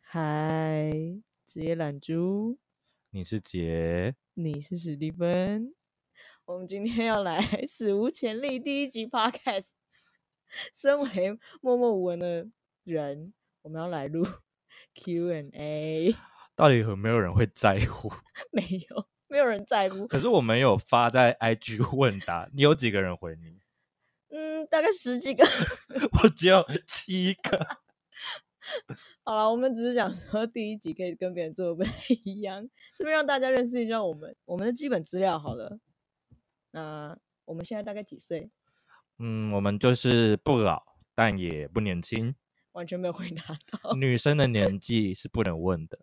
嗨，职业懒猪，你是杰，你是史蒂芬。我们今天要来 史无前例第一集 podcast。身为默默无闻的人，我们要来录 Q&A。到底有没有人会在乎？ 没有，没有人在乎。可是我们有发在 IG 问答，你有几个人回你？ 嗯，大概十几个。 我只有七个。好了，我们只是想说第一集可以跟别人做的不太一样，顺便让大家认识一下我们我们的基本资料。好了，那我们现在大概几岁？嗯，我们就是不老，但也不年轻。完全没有回答到。女生的年纪是不能问的。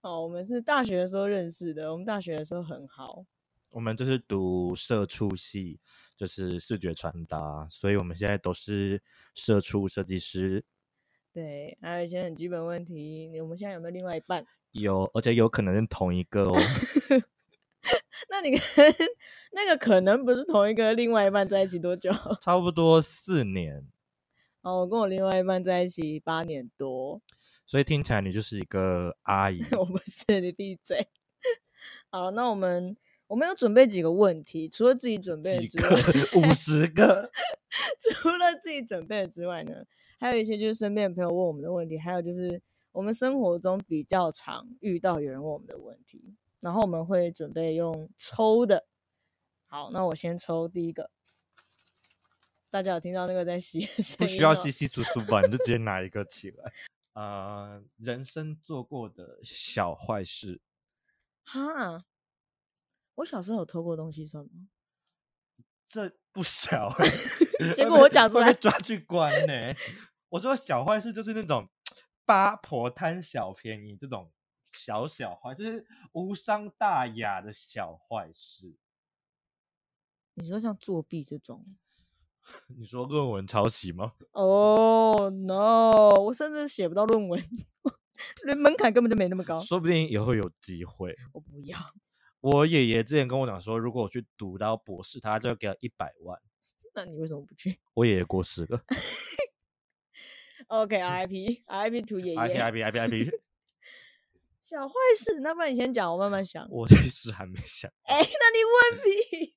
哦，我们是大学的时候认识的，我们大学的时候很好。我们就是读社畜系，就是视觉传达，所以我们现在都是社畜设计师。对，还有一些很基本问题，你我们现在有没有另外一半？ 有，而且有可能是同一个哦。那你跟 那个可能不是同一个另外一半在一起多久？哦 差不多四年，哦，我跟我另外一半在一起八年多，所以听起来你就是一个阿姨。我不是你闭嘴。 好，那我们我们有准备几个问题，除了自己 准备的几之外，个？五 十个？除了自己准备的之外呢，还有一些就是身边的朋友问我们的问题，还有就是我们生活中比较常遇到有人问我们的问题，然后我们会准备用抽的。好，那我先抽第一个。大家有听到那个在吸的声不音需要吗稀稀疏疏吧，你就直接拿一个起来。呃，人生做过的小坏事，哈，我小时候有偷过东西算吗？这不小、欸 结会果我被讲出会被来抓去关呢、我说小坏事就是那种八婆贪小便宜这种小小坏，就是无伤大雅的小坏事。你说像作弊这种？你说论文抄袭吗？哦、no！我甚至写不到论文， 连门槛根本就没那么高。说不定以后有机会。我不要。我爷爷之前跟我讲说，如果我去读到博士，他就要给我一百万。那你为什么不去我爷爷过世了嗯？OK，RIP，RIP、to 爷，IP 爷。 IP IP IP， 小坏事，那不然你先讲，我慢慢想。我其实还没想，哎、那你问你，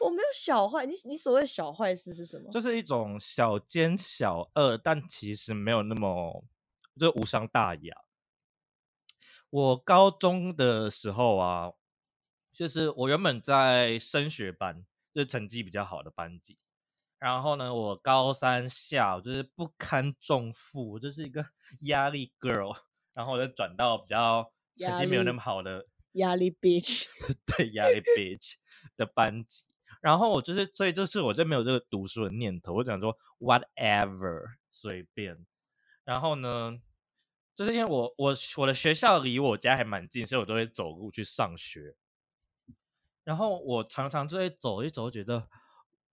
我没有小坏，你你所谓的小坏事是什么？就是一种小奸小恶，但其实没有那么就无伤大雅。我高中的时候啊，就是我原本在升学班，就是成绩比较好的班级。然后呢，我高三下我就是不堪重负，我就是一个 压力 girl。然后我就转到比较成压绩没有那力么好的压力 bitch。 对压力 bitch 的班级。然后我就是，所以就是我就没有这个读书的念头，我想说 whatever 随便。然后呢，就是因为我我我的学校离我家还蛮近，所以我都会走路去上学。然后我常常就会走一走，觉得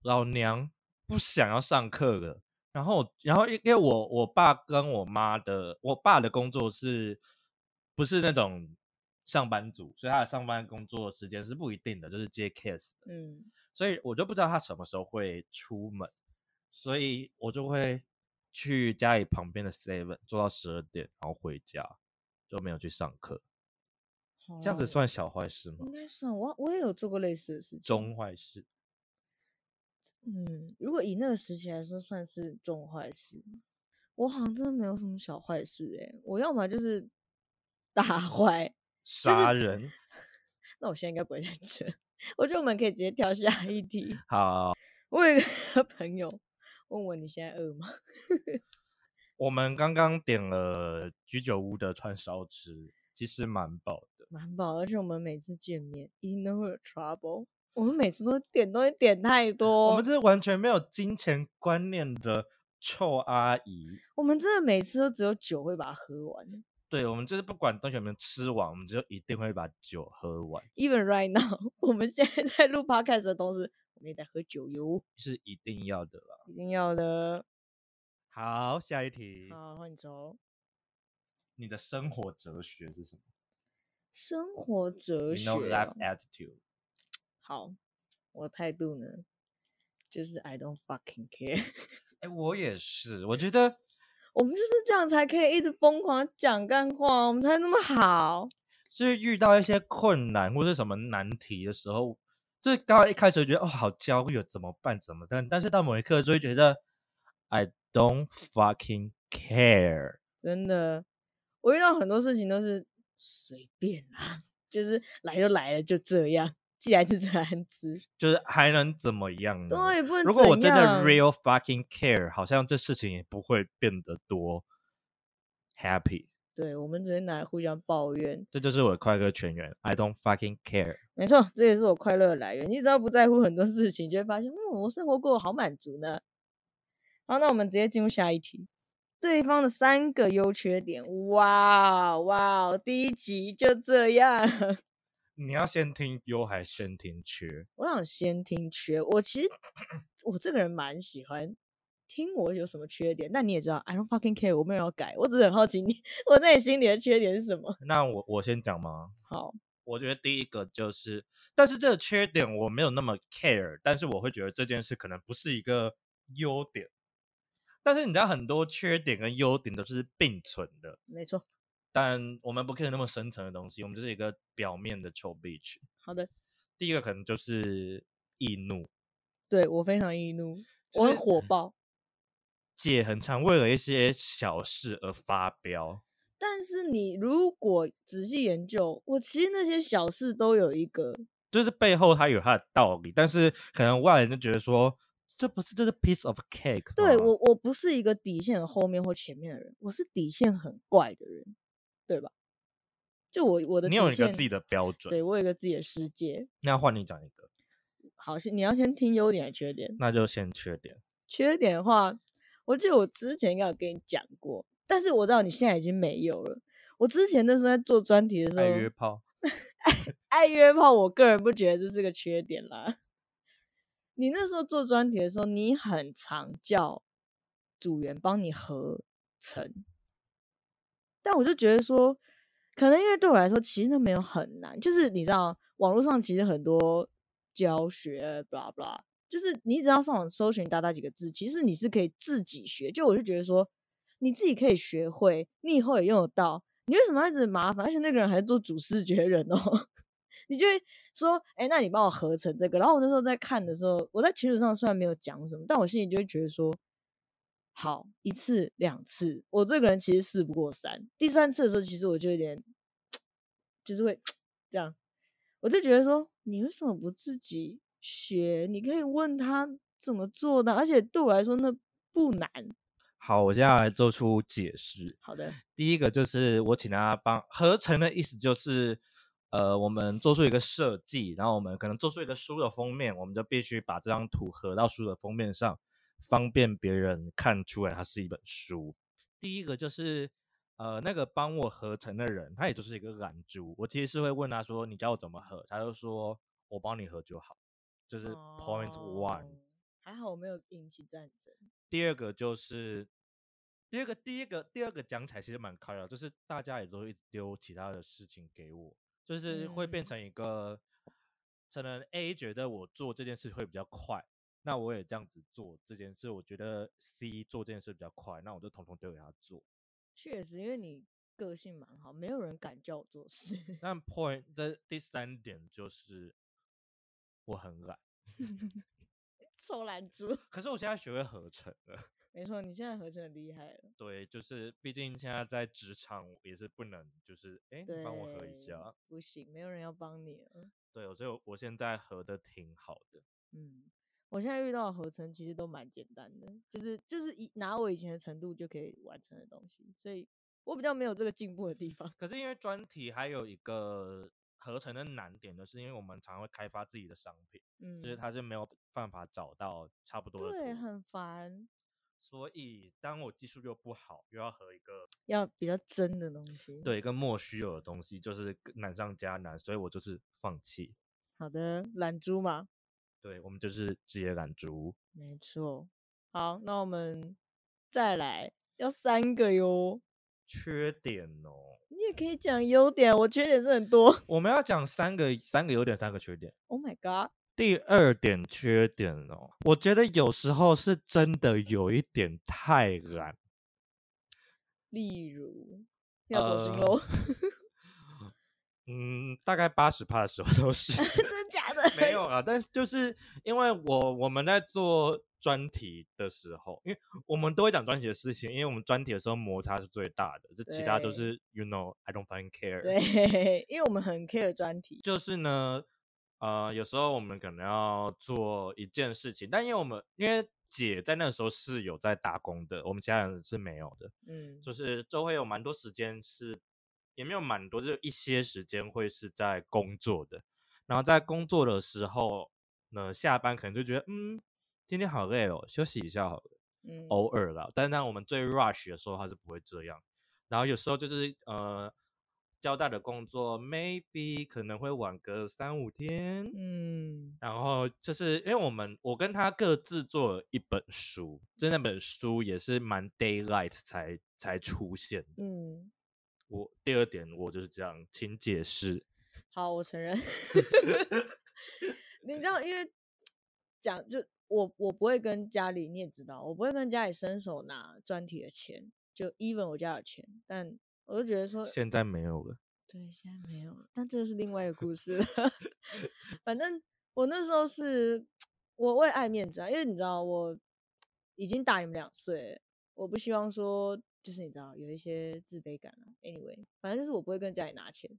老娘不想要上课了。然后，然后因因为我我爸跟我妈的，我爸的工作是不是那种上班族，所以他的上班工作时间是不一定的，就是接 case 的，嗯，所以我就不知道他什么时候会出门，所以我就会去家里旁边的 seven 做到十二点，然后回家就没有去上课，这样子哦算小坏事吗？应该算。我我也有做过类似的事情。中坏事，嗯，如果以那个时期来说，算是重坏事。我好像真的没有什么小坏事哎、我要么就是大坏，杀人。那我现在应该不会在这。我觉得我们可以直接跳下一题。好，我有一个 朋友问我你现在饿吗？我们刚刚点了居酒屋的串烧吃，其实蛮饱的。蛮饱，而且我们每次见面一定都会有 trouble。我们每次都点东西点太多，我们这是完全没有金钱观念的臭阿姨。我们真的每次都只有酒会把它喝完。对，我们就是不管东西有没有吃完，我们就一定会把酒喝完， Even right now，我 们现在在录 podcast 的同时，我们也在喝酒哟，是一定要的啦。一定要的。好，下一题，好，换你抽。你的生活哲学是什么生活哲学 n o life 哦 attitude。好，我态度呢，就是 I don't fucking care。哎、我也是，我觉得 我们就是这样才可以一直疯狂讲干话，我们才那么好。就是遇到一些困难或是什么难题的时候，就是刚刚一开始会觉得哦好焦虑，哦，怎么办怎么办？但是到某一刻就会觉得 I don't fucking care。真的，我遇到很多事情都是随便啦，就是来就来了，就这样，既来之则安之。就是还能怎么样呢？对，不能嗯如果我怎真的样 real fucking care，好像这事情也不会变得多 happy。对我们只能拿来互相抱怨。这就是我的快乐泉源，I don't fucking care。没错，这也是我快乐的来源。你只要不在乎很多事情，就会发现，嗯，我生活过得好满足呢。好，那我们直接进入下一题。对方的三个优缺点，哇哦哇，第一集就这样。你要先听优还是先听缺？我想先听缺，我其实我这个人蛮喜欢听我有什么缺点，但你也知道，I don't fucking care，我没有要改，我只是很好奇你 我在你心里的缺点是什么。那我我先讲吗？好，我觉得第一个就是，但是这个缺点我没有那么 care，但是我会觉得这件事可能不是一个优点。但是你知道很多缺点跟优点都是并存的，没错，但我们不 care 那么深层的东西，我们就是一个表面的臭 bitch。好的，第一个可能就是易怒，对我非常易怒，就我是很火爆。姐很常为了一些小事而发飙。但是你如果仔细研究，我其实那些小事都有一个，就是背后它有它的道理，但是可能外人就觉得说，这不是这是 piece of cake 吗。对我我不是一个底线很后面或前面的人，我是底线很怪的人，对吧？就我我的你底有一个线自己的标准对。我有一个自己的世界。那换你讲一个，好，先你要先听优点还是缺点。那就先缺点。缺点的话，我记得我之前应该有跟你讲过，但是我知道你现在已经没有了。我之前那时候在做专题的时候，爱约炮，爱约炮，我个人不觉得这是个缺点啦。你那时候做专题的时候，你很常叫组员帮你合成，但我就觉得说，可能因为对我来说，其实那没有很难，就是你知道，网络上其实很多教学，blah blah，就是你只要上网搜寻打打几个字，其实你是可以自己学。就我就觉得说，你自己可以学会，你以后也用得到。你为什么要一直麻烦？而且那个人还是做主视觉人哦，你就会说，哎、那你帮我合成这个。然后我那时候在看的时候，我在群组上虽然没有讲什么，但我心里就会觉得说，好，一次两次，我这个人其实事不过三。第三次的时候，其实我就有点，就是会这样，我就觉得说，你为什么不自己学？你可以问他怎么做的，而且对我来说那不难。好，我接下来做出解释。好的，第一个就是我请他帮合成的意思就是，呃，我们做出一个设计，然后我们可能做出一个书的封面，我们就必须把这张图合到书的封面上，方便别人看出来它是一本书。第一个就是，呃，那个帮我合成的人，他也就是一个懒猪。我其实是会问他说：“你教我怎么合？”他就说：“我帮你合就好。”就是 point one。哦还好我没有引起战争。第二个就是第二个第一个第二个讲起来其实蛮开的，就是大家也都一直丢其他的事情给我，就是会变嗯成一个可能 A 觉得我做这件事会比较快，那我也这样子做这件事，我觉得 C 做这件事比较快，那我就统统丢给他做。确实，因为你个性蛮好，没有人敢叫我做事。那 point 这第三点就是我很懒，臭懒猪， 可是我现在学会合成了。 没错，你现在合成很厉害了。对，就是毕竟现在在职场也是不能，就是哎，对，你帮我合一下。不行，没有人要帮你了。对，所以我我现在合的挺好的。嗯，我现在遇到的合成其实都蛮简单的，就是就是以拿我以前的程度就可以完成的东西，所以我比较没有这个进步的地方。可是因为专题还有一个合成的难点，就是因为我们常会开发自己的商品，嗯， 就是它是没有办法找到差不多的对，图很烦，所以当我技术又不好，又要和一个要比较真的东西。，对一个莫须有的东西，就是更难上加难，所以我就是放弃。好的，懒猪嘛，对我们就是直接懒猪。没错。好，那我们再来，要三个哟。缺点哦，你也可以讲优点，我缺点是很多。 我们要讲三个，三个优点，三个缺点。 Oh my god！第二点缺点哦，我觉得有时候是真的有一点太懒，例如要走心喽，呃 嗯，大概八十趴的时候都是 真的假的？ 没有啊，但是就是因为我我们在做专题的时候，因为我们都会讲专题的事情，因为我们专题的时候摩擦是最大的，这其他都对是 you know I don't fucking care。对，因为我们很 care 专题，就是呢，呃，有时候我们可能要做一件事情，但因为我们因为姐在那个时候是有在打工的，我们其他人是没有的，嗯，就是就会有蛮多时间是，也没有蛮多，就是一些时间会是在工作的。然后在工作的时候呢，下班可能就觉得，嗯，今天好累哦，休息一下好了，嗯偶尔啦。但当我们最 rush 的时候，他是不会这样。然后有时候就是呃，交代的工作 maybe 可能会晚个三五天，嗯然后就是因为我们我跟他各自做了一本书，就那本书也是蛮 daylight 才才出现的。嗯，我第二点我就是这样，请解释。好，我承认。 你知道，因为讲就我我不会跟家里，你也知道，我不会跟家里伸手拿专题的钱，就 even 我家有钱，但我就觉得说，现在没有了，对，现在没有了，但这是另外一个故事了。 反正我那时候是，我我也爱面子啊，因为你知道我已经大你们两岁了，我不希望说就是你知道有一些自卑感啊。Anyway，反正就是我不会跟家里拿钱，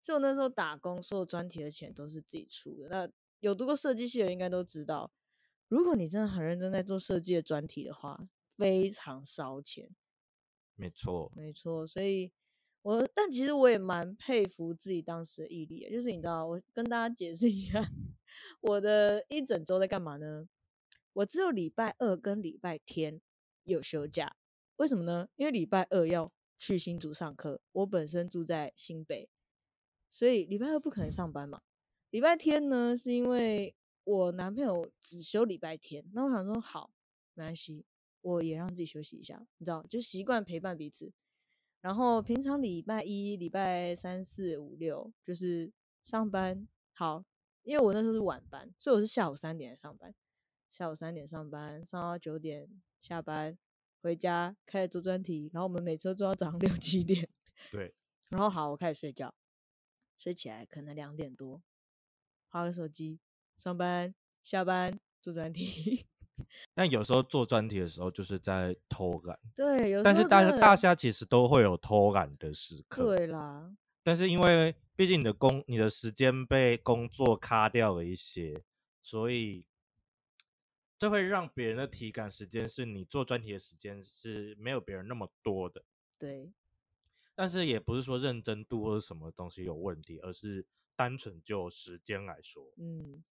所以我那时候打工所有专题的钱都是自己出的。那有读过设计系的人应该都知道，如果你真的很认真在做设计的专题的话，非常烧钱。没错，没错，所以我但其实我也蛮佩服自己当时的毅力的，就是你知道，我跟大家解释一下， 我的一整周在干嘛呢？我只有礼拜二跟礼拜天有休假，为什么呢？因为礼拜二要去新竹上课，我本身住在新北，所以礼拜二不可能上班嘛。礼拜天呢，是因为我男朋友只休礼拜天，那我想说好，没关系，我也让自己休息一下，你知道，就习惯陪伴彼此。然后平常礼拜一、礼拜三、四、五、六就是上班，好，因为我那时候是晚班，所以我是下午三点来上班，下午三点上班，上到九点下班，回家开始做专题，然后我们每周做到早上 六七点，对，然后好，我开始睡觉，睡起来可能两点多，划个手机，上班、下班做专题， 但有时候做专题的时候就是在偷懒，对，有时但是候大真的大家其实都会有偷懒的时刻，对啦，但是因为毕竟你的工你的时间被工作卡掉了一些，所以这会让别人的体感时间是你做专题的时间是没有别人那么多的。对，但是也不是说认真度或者什么东西有问题，而是单纯就时间来说。嗯，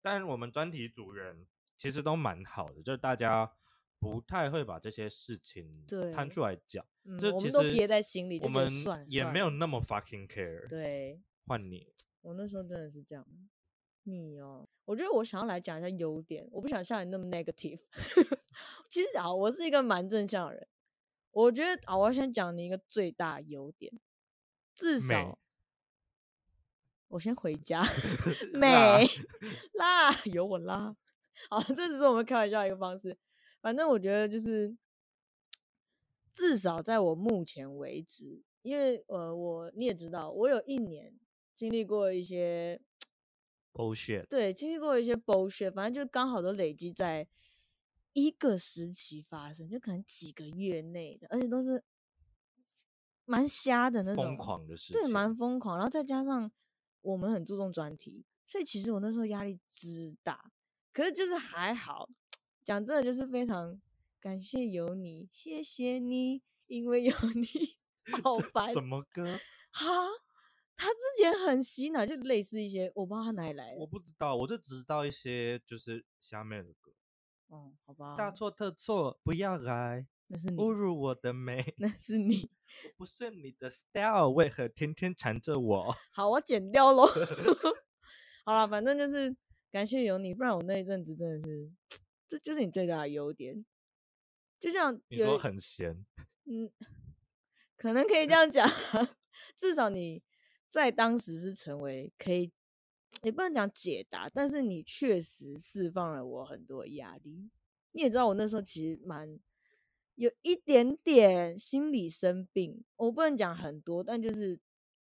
但我们专题组员其实都蛮好的，就是大家不太会把这些事情对摊出来讲，嗯这我其们都实憋在心里就我觉得们算了也算没有了那么 fucking care。，对换你。我那时候真的是这样。你哦，我觉得我想要来讲一下优点，我不想像你那么 negative。其实啊，我是一个蛮正向的人。我觉得啊，我要先讲你一个最大的优点，至美少我先回家， 辣美辣 有我辣。好， 这只是我们开玩笑的一个方式。反正我觉得就是，至少在我目前为止，因为呃，我你也知道，我有一年经历过一些 bullshit，对，经历过一些 bullshit，反正就刚好都累积在一个时期发生，就可能几个月内的，而且都是蛮瞎的那种，疯狂的事情，对，蛮疯狂。然后再加上我们很注重专题，所以其实我那时候压力之大，可是就是还好，讲真的就是非常感谢有你，谢谢你，因为有 你，好烦什么歌？哈。他之前很洗脑，就类似一些，我不知道他哪里来的。我不知道，我就只知道一些就是下面的歌，哦，好吧，大错特错，不要来那是你，侮辱我的美，那是你。我不是你的 style，为何天天缠着我？ 好，我剪掉喽。 好了，反正就是感谢有你，不然我那一阵子真的是，这就是你最大的优点。就像你有说一很闲，嗯，可能可以这样讲， 至少你在当时是成为可以，也不能讲解答，但是你确实释放了我很多压力。你也知道，我那时候其实蛮有一点点心理生病，我不能讲很多，但就是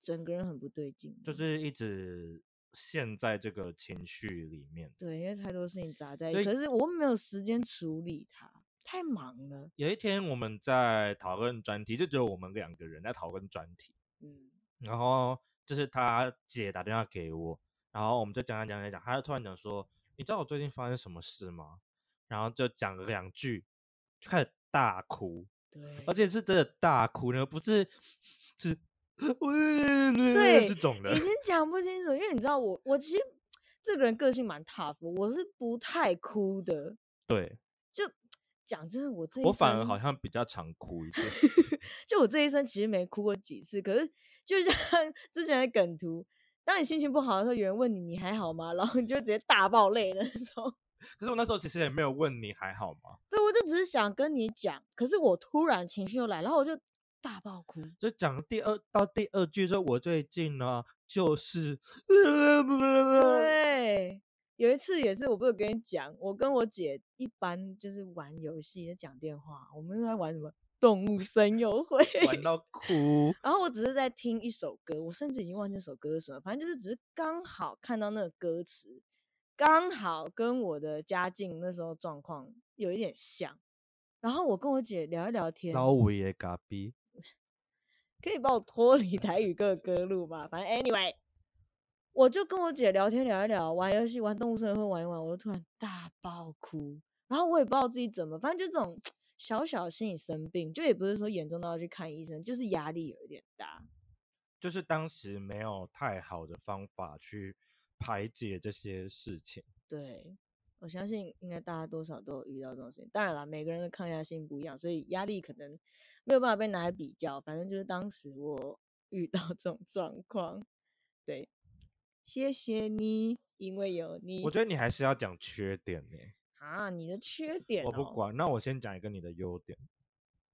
整个人很不对劲，就是一直陷在这个情绪里面。对，因为太多事情砸在一所起，以可是我没有时间处理它，太忙了。有一天我们在讨论专题，就只有我们两个人在讨论专题，嗯，然后就是他姐打电话给我，然后我们就讲讲讲讲讲，他就突然讲说：“你知道我最近发生什么事吗？”然后就讲了两句，就开始大哭，对，而且是真的大哭呢，不是是 对这种的已。经讲不清楚，因为你知道我，我其实这个人个性蛮 tough，的我是不太哭的。对讲真的，我这一我反而生好像比较常 哭一点。就我这一生其实没哭过几次，可是就像 之前的梗图，当你心情不好的时候，有人问你你还好吗，然 后你就直接大爆泪的那种。 可是我那时候其实也没有问你还好吗，对，我就只是想跟你讲，可是我突然情绪又来，然后我就大爆哭。就讲第二到第二句说，我最近呢就是， 呃对，有一次也是，我不是跟你讲，我跟我姐一般就是玩游戏，就讲电话，我们又在玩什么动物森友会， 玩到哭。然后我只是在听一首歌，我甚至已经忘记那首歌是什么，反正就是只是刚好看到那个歌词，刚好跟我的家境那时候状况有一点像。然后我跟我姐聊一聊天，稍微也嘎逼，可以把我脱离 台语各歌路吗？反正 anyway，我就跟我姐聊天聊一聊，玩游戏玩动物森友会玩一玩，我就突然大爆哭，然后我也不知道自己怎么，反正就这种小小的心理生病，就也不是说严重到要去看医生，就是压力有一点大。就是当时没有太好的方法去排解这些事情。对，我相信应该大家多少都有遇到这种事情。当然啦，每个人的抗压性不一样，所以压力可能没有办法被拿来比较。反正就是当时我遇到这种状况，对，谢谢你，因为有你。我觉得你还是要讲缺点呢、啊，你的缺点、哦，我不。管。那我先讲一个你的优点，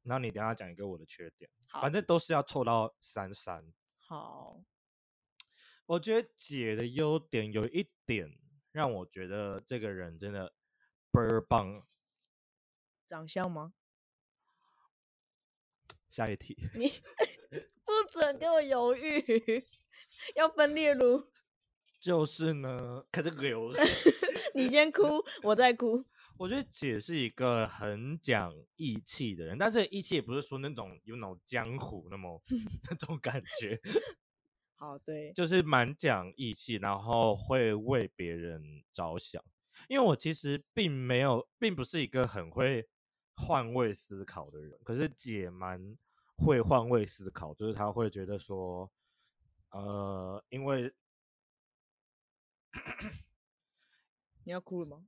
然后你等一下讲一个我的缺点，好反正都是要凑到三三。好，我觉得姐的优点有一点让我觉得这个人真的倍儿棒。长相吗？下一题， 你不准给我犹豫， 要分裂如 就是呢，开始流泪。你先哭，我再哭。我觉得姐是一个很讲义气的人，但这个义气也不是说那种有那种江湖那么那种感觉，好，对，就是蛮讲义气，然后会为别人着想。因为我其实并没有，并不是一个很会换位思考的人，可是姐蛮会换位思考，就是她会觉得说，呃，因为你要哭了吗？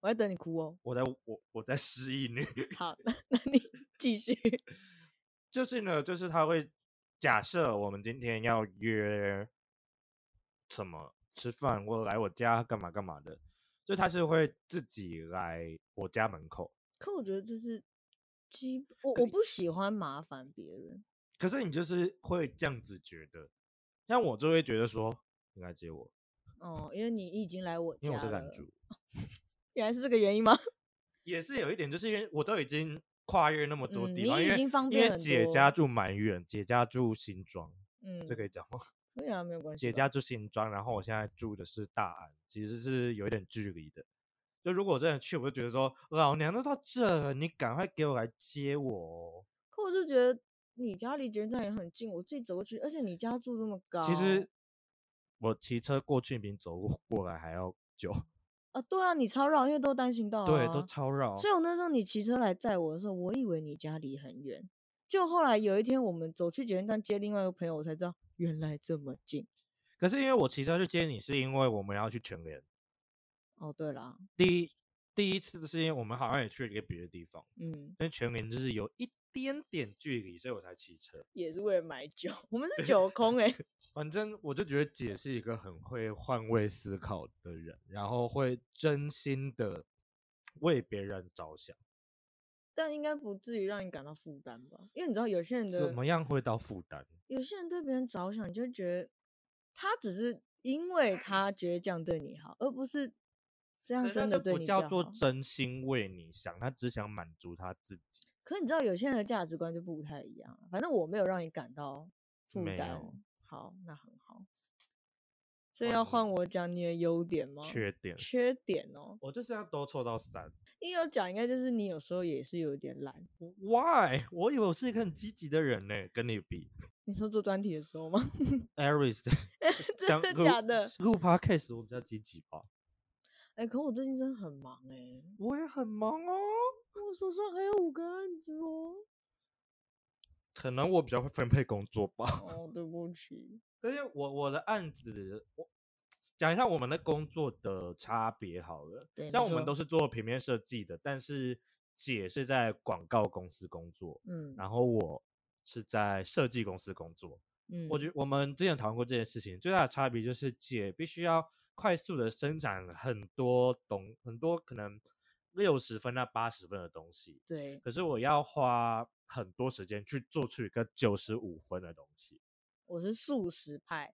我在等你哭哦。我在我我在失忆女，好， 那那你继续。就是呢，就是他会假设我们今天要约什么吃饭，或者来我家干嘛干嘛的，就他是会自己来我家门口。可我觉得这是基，我可我以不喜欢麻烦别人。可是你就是会这样子觉得，像我就会觉得说你来接我，哦，因为你已经来我家因为我是懒了，猪，原来是这个原因吗？ 也是有一点，就是因为我都已经跨越那么多嗯地你方，已因为经方因便为很姐家多住蛮远，姐家住新庄，嗯，这可以讲吗？可以啊，没有关系吧。姐家住新庄，然后我现在住的是大安，其实是有一点距离的。就如果我真的去，我就觉得说，老娘都到这了，你赶快给我来接我哦、可我就觉得你家离捷运站也很近，我自己走过去，而且你家住这么高，其实我骑车过去比走路过来还要久，啊，对啊，你超绕，因为都单行道、啊，对，都。超绕。所以我那时候你骑车来载我的时候，我以为你家离很远，就后来有一天我们走去捷运站接另外一个朋友，我才知道原来这么近。可是因为我骑车去接你，是因为我们要去全联。哦，对啦，第一第一次是因为我们好像也去了一个别的地方，嗯，因为全联就是有一点点距离，所以我才骑车。也是为了买酒， 我们是酒空 哎、反正我就觉得姐是一个很会换位思考的人，然后会真心的为别人着想。但应该不至于让你感到负担吧？因为你知道有些人怎的么样会到负担？有些人对别人着想，你就会觉得他只是因为他觉得这样对你好，而不是这样可是真那的就对不你比较好。叫做真心为你想，他只想满足他自己。可你知道有些人的价值观就不太一样啊，反正我没有让你感到负没担有。哦好，那很好。所以换要你换我讲你的优点吗？缺点，缺点哦，我就是要多凑到三。硬要讲应该就是你有时候也是有一点懒。 Why？我以为我是一个很积极的人呢、跟你比你说做专题的时候吗？ ，Aris 真的假的？录 Podcast 我比较积极吧，哎、可我最近真的很忙哎、我也很忙哦。我手上还有五个案子哦。可能我比较会分配工作吧。哦，对不起。而且我我的案子，我讲一下我们的工作的差别好了。对你像我们说都是做平面设计的，但是姐是在广告公司工作，嗯然后我是在设计公司工作。嗯，我觉得我们之前讨论过这件事情，最大的差别就是姐必须要快速的生产很多东，很多可能六十分到八十分的东西，对，可是我要花很多时间去做出一个九十五分的东西。我是素食派，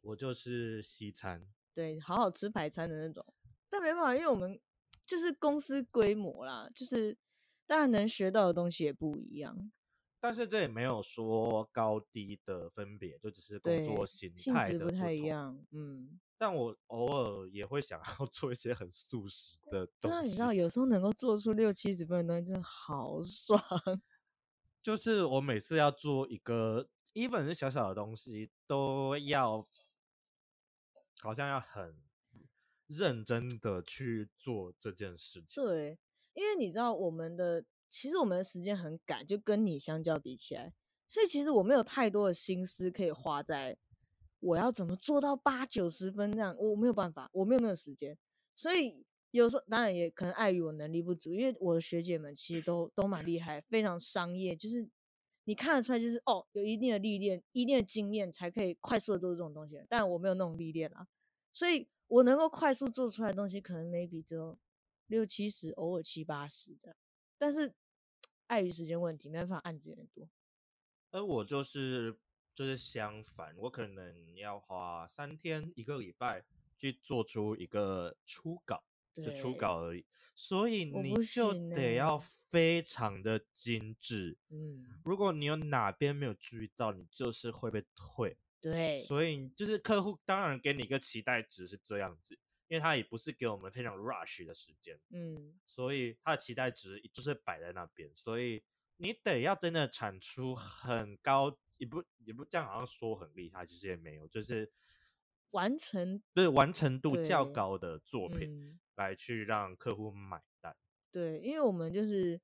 我就是西餐，对，好好吃排餐的那种。但没办法，因为我们就是公司规模啦，就是当然能学到的东西也不一样，但是这也没有说高低的分别，就只是工对作形，性态质的不太一同。样。嗯，但我偶尔也会想要 做一些很素食的东真的，西，你知道，有时候能够做出六七十分的东西，真的好 爽。就是我每次要做一个，一本是小小的东西，都要好像要很认真的去做这件事情。对，因为你知道我们的，其实我们的时间很赶，就跟你相较比起来，所以其实我没有太多的心思可以花在我要怎么做到八九十分这样，我没有办法，我没有那个时间，所以有时候当然也可能碍于我能力不足，因为我的学姐们其实都都蛮厉害，非常商业，就是。你看得出来，就是哦，有一定的历练、一定的经验，才可以快速的做出这种东西。但我没有那种历练啊，所以我能够快速做出来的东西，可能 maybe 就六七十，偶尔七八十这样。但是碍于时间问题，没办法案子有点多。而我就是就是相反，我可能要花三天一个礼拜去做出一个初稿，就初对稿而已，所以我你不就行得要欸非常的精致。嗯，如果你有哪边没有注意到，你就是会被退。对，所以就是客户当然给你一个期待值是这样子，因为他也不是给我们非常 rush 的时间，嗯，所以他的期待值就是摆在那边，所以你得要真的产出很高，也不也不这样好像说很厉害，其实也没有，就是完成对完成度较对高的作品、嗯，来去让客户买单。对，因为我们就是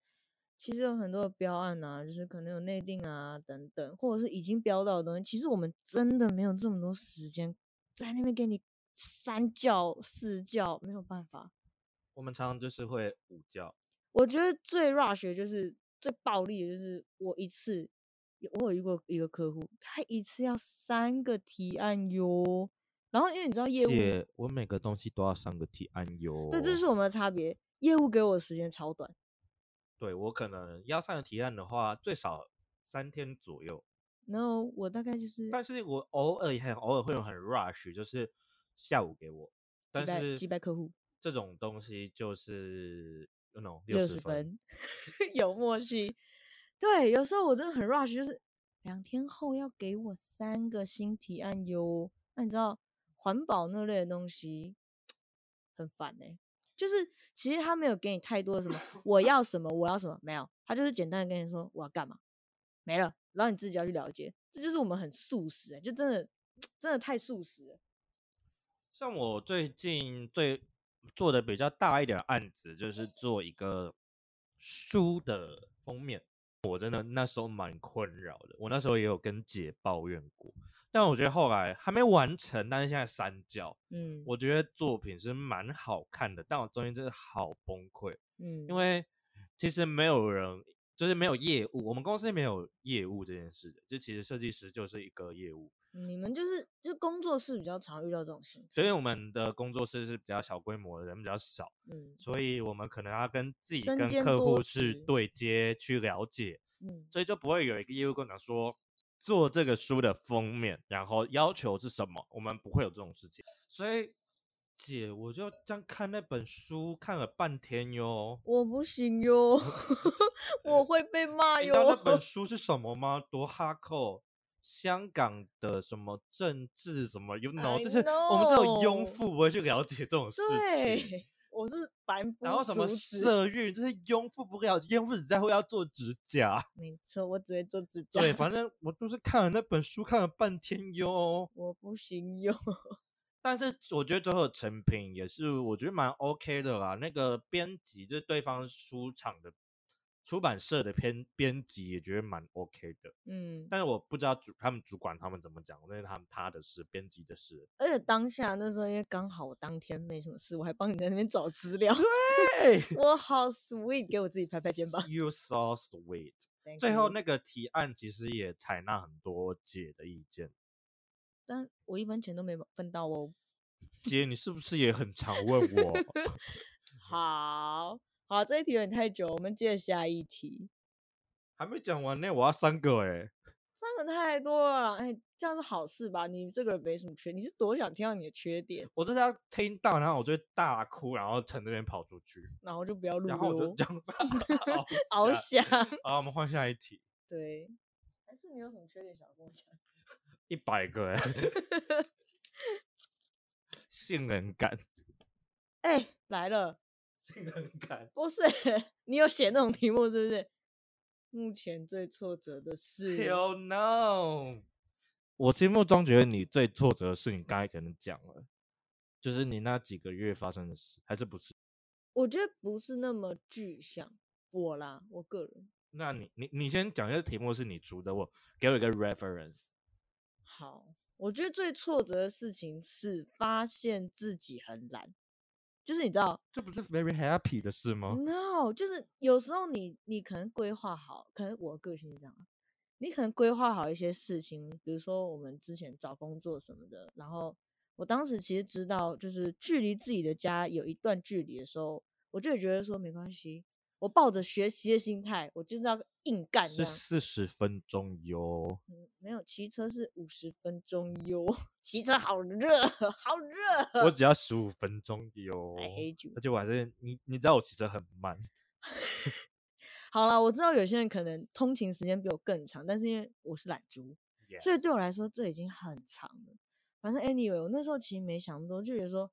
其实有很多的标案啊，就是可能有内定啊等等，或者是已经标到的东西，其实我们真的没有这么多时间在那边给你三教四教，没有办法。我们常常就是会午觉，我觉得最 rush 的就是最暴力的就是我一次，我有遇过一个客户，他一次要三个提案哟。然后因为你知道业务，姐，我每个东西都要上个提案哟。对，这是我们的差别。业务给我的时间超短，对我可能要上个提案的话，最少三天左右。然后我大概就是但是我偶尔也很偶尔会有很 rush，就是下午给我，但百是击败客户这种东西就是那种六十十分， 有默契。对，有时候我真的很 rush，就是两天后要给我三个新提案哟。那你知道环保那类的东西很烦呢、就是其实他没有给你太多的什 么我要什么我要什么没有，他就是简单的跟你说我要干嘛没了，然后你自己要去了解。这就是我们很素食、欸，就真的真的太素食了。像我最近最做的比较大一点的案子，就是做一个书的封面。我真的那时候蛮困扰的，我那时候也有跟姐抱怨过，但我觉得后来还没完成，但是现在删掉，嗯，我觉得作品是蛮好看的，但我中间真的好崩溃，嗯，因为其实没有人，就是没有业务，我们公司没有业务这件事的，就其实设计师就是一个业务，你们就是就工作室比较常遇到这种情所以我们的工作室是比较小规模的，人比较少，嗯所以我们可能要跟自己身跟兼客多户去职对接去了解，嗯，所以就不会有一个业务跟我讲说做这个书的封面，然后要求是什么，我们不会有这种事情。所以解，我就这样看那本书看了半天 哟。我不行哟， 我会被骂你知道那哟。本书是什么吗？多哈扣，香港的什么政治什么，you know， I 就是我们这种庸 know 妇不会去了解这种事情。对， 我是凡夫然后什么俗子色欲，就是庸妇不了解，庸妇只在乎要做指甲。 没错，我只会做指甲。对，反正我就是看了那本书看了半天哟。我不行 哟。但是我觉得最后的成品也是我觉得蛮 OK 的啦。那个编辑就是对方书场的出版社的编编辑也觉得蛮 OK 的，嗯，但是我不知道主他们主管他们怎么讲，那是他们他的事，编辑的事。而且当下那时候因为刚好我当天没什么事，我还帮你在那边找资料， 哎我好 sweet，给我自己拍拍肩膀。 ，You so sweet。 Thank 最后 you 那个提案其实也采纳很多姐的意见。但我一分钱都没分到哦。姐，你是不是也很常问我？ 好好，这一题有点太久，我们接着下一题。还没讲完呢，我要三个哎、三个太多了啦，哎，这样是好事吧？你这个人没什么缺，你是多想听到你的缺点，我就是要听到，然后我就大哭，然后从那边跑出去，然后就不要录然后我就咯。这样翱下。翔， 好，我们换下一题，对。还是你有什么缺点想要跟我讲？一百个哎、 性能感， 哎、来了，性能感，不是 你有写那种题目是不是？目前最挫折哎的是 Hell no！我心目中觉得你最挫折的事，你刚才可能讲了，就是你那几个月发生的事，还是不是？我觉得不是那么具象，我啦，我个人那你你你先讲一下题目是你出的，我给我一个 reference。好，我觉得最挫折的事情是发现自己很懒，就是你知道、这不是 very happy 的事吗？ n o 就是有时候你你可能规划好，可能我个性是这样啊，你可能规划好一些事情，比如说我们之前找工作什么的，然后我当时其实知道，就是距离自己的家有一段距离的时候，我就会觉得说没关系。我抱着学习的心态，我就是要硬干这是样。四十分钟哟。嗯，没有，骑车是五十分钟哟。 骑车好热，好热。我只要十五分钟哟。呃 I hate you 而且我还是你，你知道我骑车很慢，好了，我知道有些人可能通勤时间比我更长，但是因为我是懒猪，所以 Yes 对我来说这已经很长了。反正 anyway，我那时候其实没想那么多，就觉得说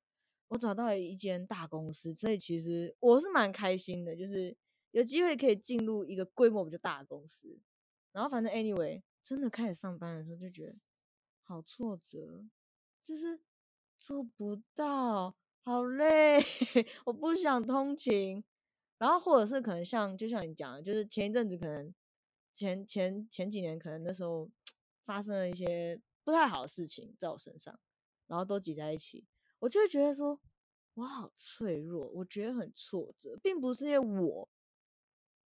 我找到了一间大公司，所以其实我是蛮开心的，就是有机会可以进入一个规模比较大的公司。然后反正 anyway，真的开始上班的时候就觉得好挫折，就是做不到，好累，我不想通勤。然后或者是可能像就像你讲的，就是前一阵子可能前前前几年可能那时候发生了一些不太好的事情在我身上，然后都挤在一起，我就会觉得说我好脆弱，我觉得很挫折，并不是因为我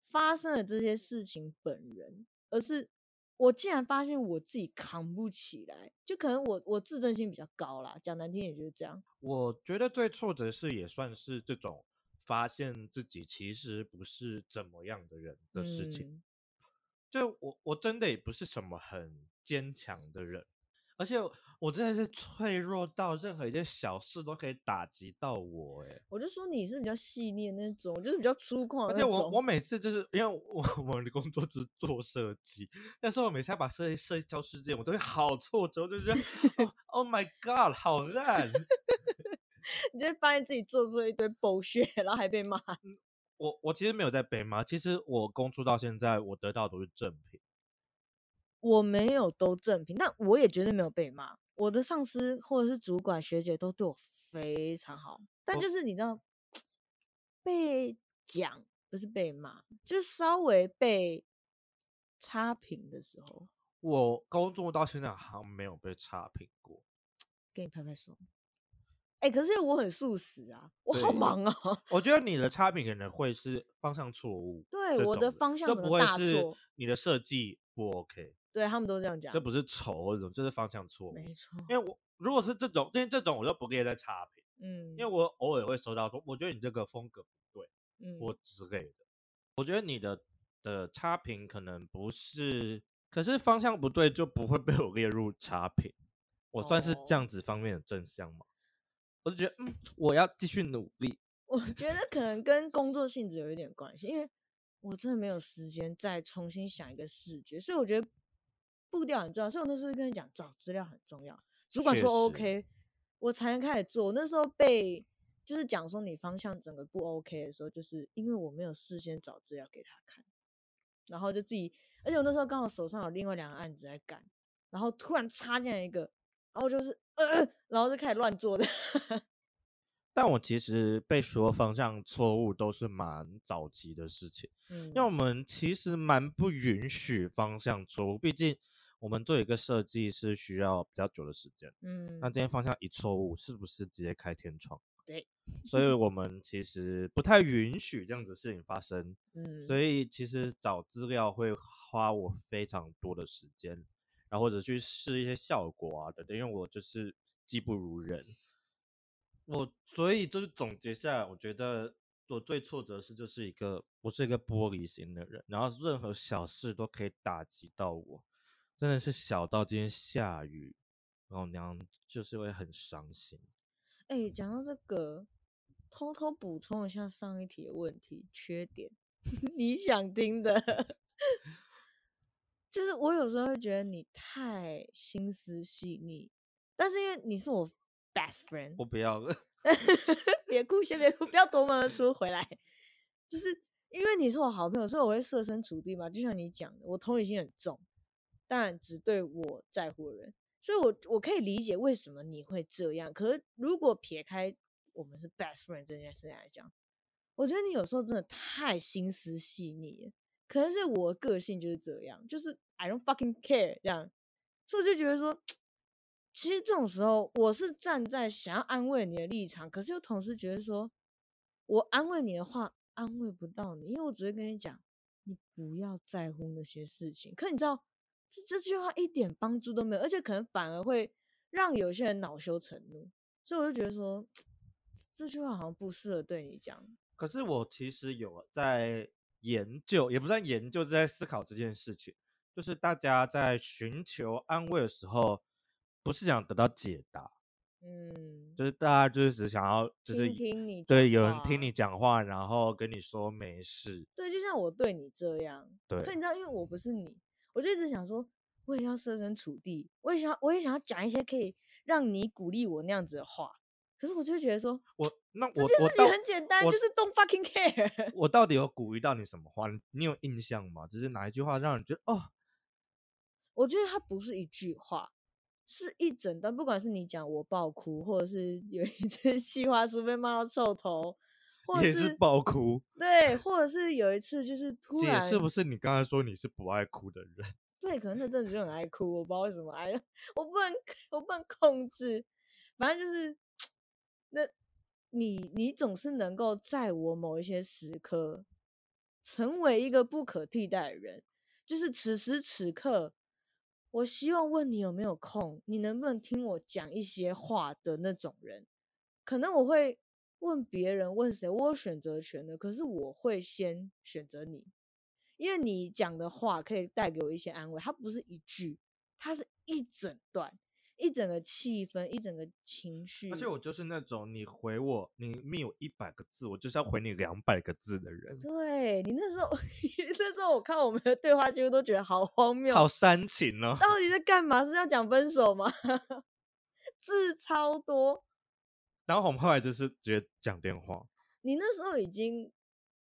发生了这些事情本人，而是我竟然发现我自己扛不起来，就可能我我自尊心比较高啦，讲难听点就是这样。我觉得最挫折是也算是这种发现自己其实不是怎么样的人的事情。嗯就我我真的也不是什么很坚强的人，而且我真的是脆弱到任何一件小事都可以打击到我、欸，我就说你是比较细腻的那种，我就是比较粗犷的那而且种。我我每次就是因为我 我的工作就是做设计，但是我每次要把设计设计交出之前，我都会好挫折，我就觉得哦 oh, my god，好烂！你就会发现自己做出一堆 bullshit，然后 还被骂。我我其实没有在被骂，其实我工作到现在，我得到的都是正品。我没有都正评，但我也绝对没有被骂。我的上司或者是主管学姐都对我非常好，但我就是你知道，被讲不是被骂，就是稍微被差评的时候，我工作到现在好像没有被差评过，给你拍拍手。哎、可是我很素食啊，我好对忙啊。我觉得你的差评可能会是方向错误这 对种，我的方向都整不个会大是错你的设计不 OK，对他们都这样讲这，不是丑或者什么，这是方向错误。没错。因为我如果是这种，因为这种我就不列在差评。嗯，因为我偶尔会收到说，我觉得你这个风格不对，嗯或之类的。我觉得你的的差评可能不是，可是方向不对哦就不会被我列入差评。我算是这样子方面的正向嘛？我就觉得嗯，我要继续努力。我觉得可能跟工作性质有一点关系，因为我真的没有时间再重新想一个视觉，所以我觉得步调很重要。所以我那时候跟你讲，找资料很重要。主管确说实 OK，我才能开始做。我那时候被就是讲说你方向整个不 OK 的时候，就是因为我没有事先找资料给他看，然后就自己，而且我那时候刚好手上有另外两个案子在干，然后突然插进来一个，然后就是呃，然后就开始乱做的。 但我其实被说方向错误都是蛮早期的事情，嗯因为我们其实蛮不允许方向错误，毕竟我们做一个设计是需要比较久的时间。嗯，那今天方向一错误，是不是直接开天窗？对，所以我们其实不太允许这样子的事情发生。嗯所以其实找资料会花我非常多的时间，然后或者去试一些效果啊等等，因为我就是技不如人。我所以就是总结下来，我觉得我最挫折的是就是一个我是一个玻璃心的人，然后任何小事都可以打击到我，真的是小到今天下雨，然后娘就是会很伤心。哎、讲到这个，偷偷补充一下上一题的问题缺点， 你想听的， 就是我有时候会觉得你太心思细腻，但是因为你是我 best 我 friend，不要了， 别哭，先别哭，不要夺门而出回来，就是因为你是我好朋友，所以我会设身处地嘛，就像你讲的，我同理心很重，当然只对我在乎的人，所以我我可以理解为什么你会这样。可是如果撇开我们是 best friend 这件事情来讲，我觉得你有时候真的太心思细腻了，可能是我个性就是这样，就是 I don't fucking care 这样，所以我就觉得说。其实这种时候，我是站在想要安慰你的立场，可是又同时觉得说，我安慰你的话安慰不到你，因为我只会跟你讲，你不要在乎那些事情。可你知道，这这句话一点帮助都没有，而且可能反而会让有些人恼羞成怒。所以我就觉得说，这句话好像不适合对你讲。可是我其实有在研究，也不算研究，是在思考这件事情。就是大家在寻求安慰的时候，不是想得到解答，嗯，就是大家就是只想要就是听听你对讲有人话听你讲话，然后跟你说没事。对，就像我对你这样。对可，你知道，因为我不是你，我就一直想说，我也要设身处地，我也想要，我也想要讲一些可以让你鼓励我那样子的话。可是我就会觉得说，我那我这件我事情到很简单，我就是 don't fucking care。 我到底有鼓励到你什么话？你有印象吗？只是哪一句话让你觉得哦，我觉得它不是一句话，是一整段，不管是你讲我爆哭，或者是有一只 西瓜叔被骂到臭头，或者也是爆哭？对，或者是有一次就是突姐然是不是你刚才说你是不爱哭的人？对，可能那阵子就很爱哭，我不知道为什么哎，我不能， 我不能控制。反正就是，那你你总是能够在我某一些时刻，成为一个不可替代的人。就是此时此刻，我希望问你有没有空，你能不能听我讲一些话的那种人。可能我会问别人，问谁，我有选择权的，可是我会先选择你。因为你讲的话可以带给我一些安慰，它不是一句，它是一整段，一整个气氛，一整个情绪。而且我就是那种你回我，你密我一百个字，我就是要回你两百个字的人，对你那时候， 那时候我看我们的对话记录都觉得好荒谬，好煽情哦。 到底在干嘛？是要讲分手吗？ 字超多，然后我们后来就是直接讲电话，你那时候已经，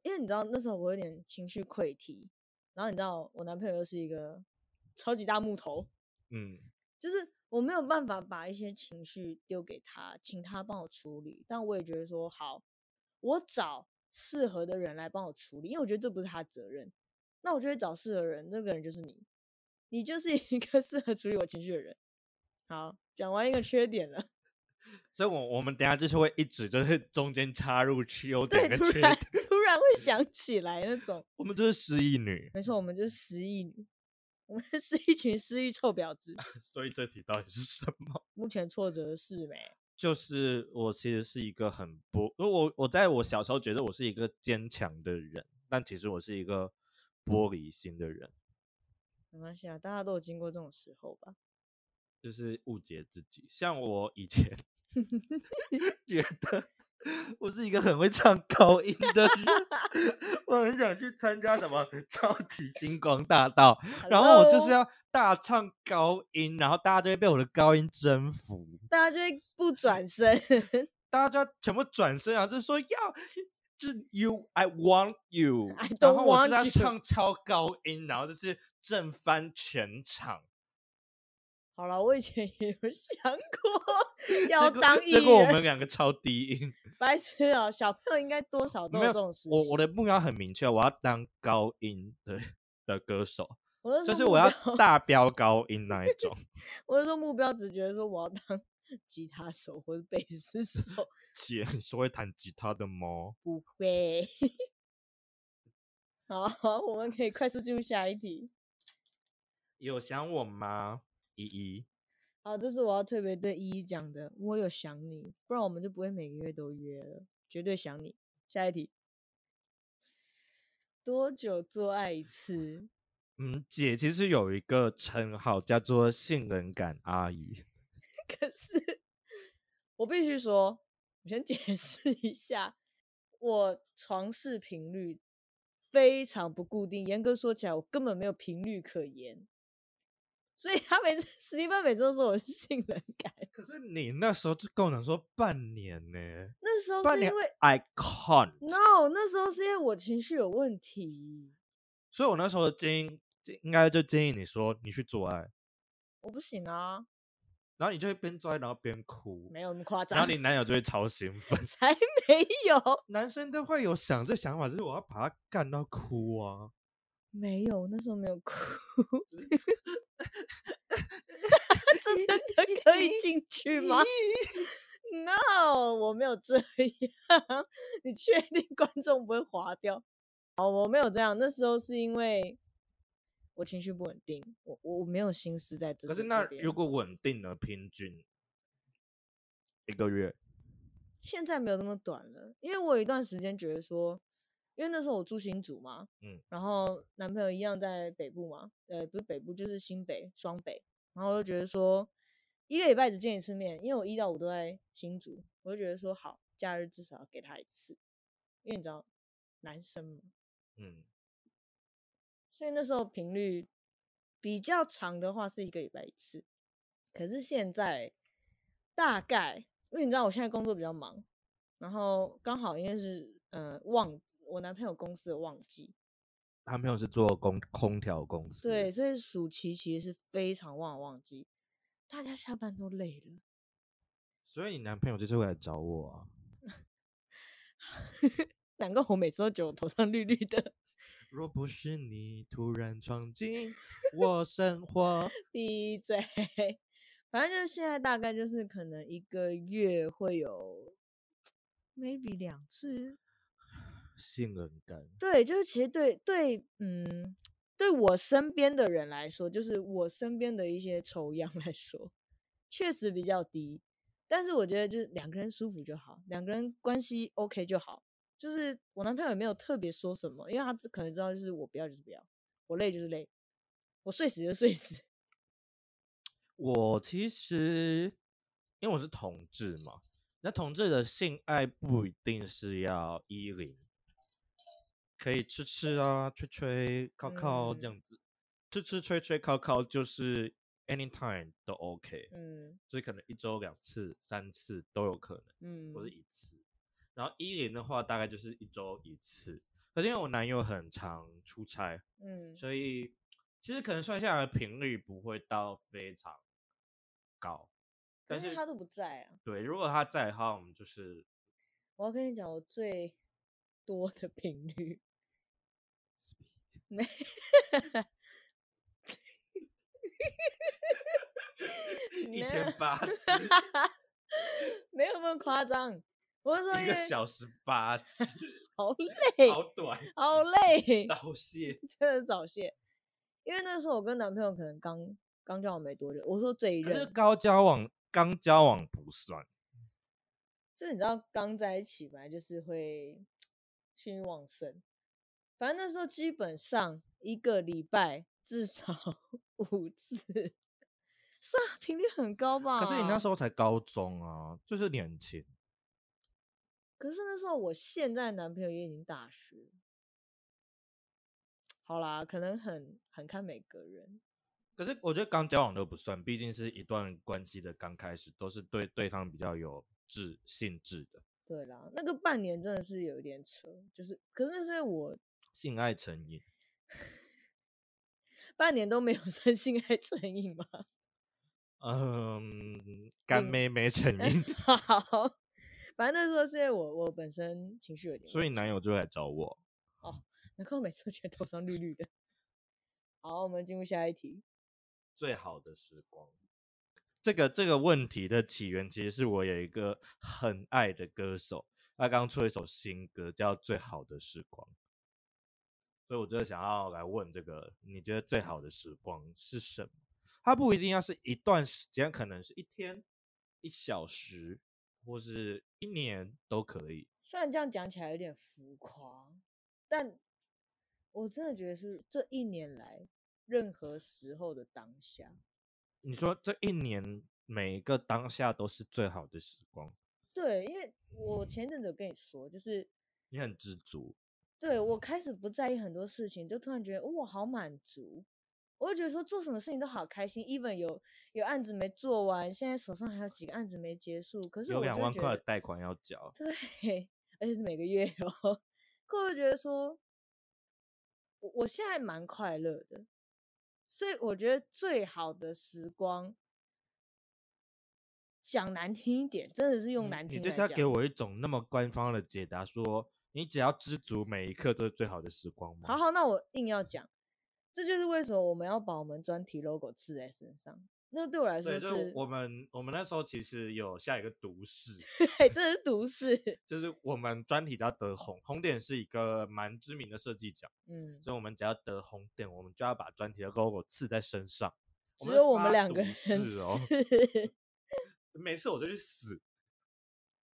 因为你知道那时候我有点情绪溃堤，然后你知道我男朋友又是一个超级大木头，嗯，就是我没有办法把一些情绪丢给他，请他帮我处理。但我也觉得说，好，我找适合的人来帮我处理，因为我觉得这不是他的责任。那我就会找适合的人，那个人就是你，你就是一个 适合处理我情绪的人。好，讲完一个缺点了，所以我我们等一下就是会一直就是中间插入优对，点跟突缺然点，突然会 想起来那种，我们就是失忆女，没错，我们就是失忆女，我们是一群失忆臭婊 子。所以这题到底是什么？ 目前挫折的是没，就是我其实是一个很不，我我在我小时候觉得我是一个坚强的人，但其实我是一个玻璃心的人，没关系啊，大家都有经过这种时候吧。 就是误解自己。像我以前觉得我是一个很会唱高音的人，我很想去参 加什么超级星光大道，然后我就是要要大唱高音，然后大家就会被我的高音征服，大家就会不转身， 大家就要全部转身啊，就说要。就是 you, I want you， I 然 don't 后我 want 就在 you 唱超高音，然后就是震翻全场。好了，我以前也有想 过结要果当艺结果我人，们两个超低音，白痴啊、小朋友应该多少都没有有这种事情。我我的目标很明确，我要当高音的 的歌手，我那时就候是目我要标 大飙高音那一种，我那时候目标只觉得说我要当 吉他手或者贝斯手，姐你是会弹吉他的吗？不会。 好，我们可以快速进入下一题。有想我吗？依依，好，这是我要特别对依依讲的，我有想你，不然我们就不会每个月都约了，绝对想你。下一题，多久做爱一次？嗯，姐其实有一个称号叫做性冷感阿姨，可是我必须说，我先解释一下，我床事频率非常不固定。严格说起来，我根本没有频率可言。所以他每次史蒂芬每次都说我是性冷感，可是你那时候就跟我讲说半年呢、那时候半是年因为 I can't， no，那时候是因为我情绪有问题，所以我那时候的建议应该就建议你说你去做爱，我不行啊，然后你就会边做爱然后边哭，没有那么夸然后张，你男友就会超兴奋。 才没有，男生都会有想这想法，就是我要把他干到哭啊！没有，那时候没有哭， 这真 的可以进去吗？No，我没有这样。 你确定 观众不会划掉？哦，我没有这样。那时候是因为我情绪不稳定，我我没有心思在这。可是这那边如果稳定的平均一个月，现在没有那么短了，因为我有一段时间觉得说，因为那时候我住新竹嘛，嗯，然后男朋友一样在北部嘛，呃，不是北部就是新北双北，然后我就觉得说，一个礼拜只见一次面，因为我一到五都在新竹，我就觉得说好，假日至少要给他一次，因为你知道男生嘛，嗯，所以那时候频率比较长的话是一个礼拜一次，可是现在大概因为你知道我现在工作比较忙，然后刚好因为是呃旺我男朋友公司的旺季，他朋友是做空空调公司，对，，所以暑期其实是非常旺的旺季，大家下班都累了。所以你男朋友就是会来找我啊。难怪我每次都觉得我头上绿绿的。若不是你突然闯进我生活，闭嘴。反正就是现在大概就是可能一个月会有 maybe 两次， 性冷感，对，就是其实对对，嗯，对我身边的人来说，就是我身边的一些仇样来说，确实比较低。但是我觉得就是两个人舒服就好，两个人关系 OK 就好。就是我男朋友也没有特别说什么，因为他只可能知道就是我不要就是不要，我累就是累，我睡死就睡死。 我其实因为我是同志嘛，那同志的性爱不一定是要依零，可以吃吃啊、吹吹、靠靠这嗯样子，吃吃吹吹靠靠就是 anytime 都 OK，嗯所以可能一周两次、三次都有可能，嗯，或是一次。然后依零的话，大概就是一周一次。可是因为我男友很常出差，嗯所以其实可能算下来的频率不会到非常高，可但是是他都不在啊。对，如果他在的话，我们就是我要跟你讲，我最多的频率，没一那天八次， 没有那么夸张。我是说，一因个为小时八次，好累，好短，好累，早泄。真的早泄。因为那时候我跟男朋友可能刚刚交往没多久，我说这一可是任，高交往刚交往不算，就是你知道刚在一起本来就是会性欲旺盛，反正那时候 基本上一个礼拜至少五次，是啊，频率很高吧？可是你那时候，候才高中啊，就是年轻。可是那时候我现在男朋友也已经大学。好啦，可能很很看每个人，可是我觉得刚交往都不算，毕竟是一段关系的刚开始，都是对对方比较有志兴致的，对啦，那个半年真的是有一点扯，就是，可是那是因为我性爱成瘾。半年都没有 生性爱成瘾嘛。嗯，干嗯妹妹成瘾，好，反正那时候是因为我我本身情绪有点问题，所以男友就会来找我。难怪我每次都觉得头上绿绿的。好，我们进入下一题。最好的时光，这个这个问题的起源其实是我有一个很爱的歌手，他刚出了一首新歌叫《最好的时光》，所以我就想要来问这个，你觉得最好的时光是什么？它不一定要是一段时间，可能是一天、一小时，或是一年都可以。虽然这样讲起来有点浮夸，但我真的觉得是这一年来任何时候的当下，你说这一年每一个当下都是最好的时光，对，因为我前阵子有跟你说，就是你很知足。对我开始不在意很多事情，就突然觉得我好满足。我就觉得说做什么事情都好开心，even 有有案子没做完，现在手上还有几个案子没结束，可是有我就两会万觉块的得贷款要缴，对，而且是每个月哦，会不会觉得说，我我现在蛮快乐的，所以我觉得最好的时光，讲难听一点，真的是用嗯难你听就来是要讲，给我一种那么官方的解答说，你只要知足每一刻都是最好的时光吗？好好，那我硬要讲，这就是为什么我们要把我们专题 logo 刺在身上。那对我来说对，就是是，我们我们那时候其实有下一个读史， 对，这是 毒誓。 就是我们专题要得红，红点是一个蛮知名的设计奖，嗯，所以我们只要得红点，我们就要把专题的 logo 刺在身上。只是有我发们两个毒人誓是哦， 每次我就去死。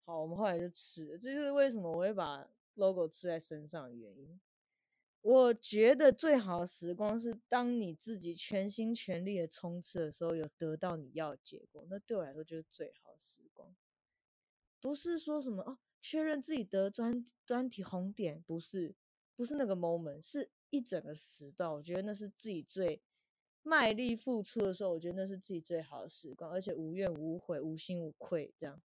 好，我们后来就吃了，这就是为什么我会把 logo 吃在身上的原因。我觉得最好的时光是当你自己全心全力的冲刺的时候，有得到你要的结果，那对我来说就是最好的时光。不是说什么哦，确认自己得专专题红点，不是，不是那个 moment，是一整个时段。我觉得那是自己最卖力付出的时候，我觉得那是自己最好的时光，而且无怨无悔、无心无愧这样。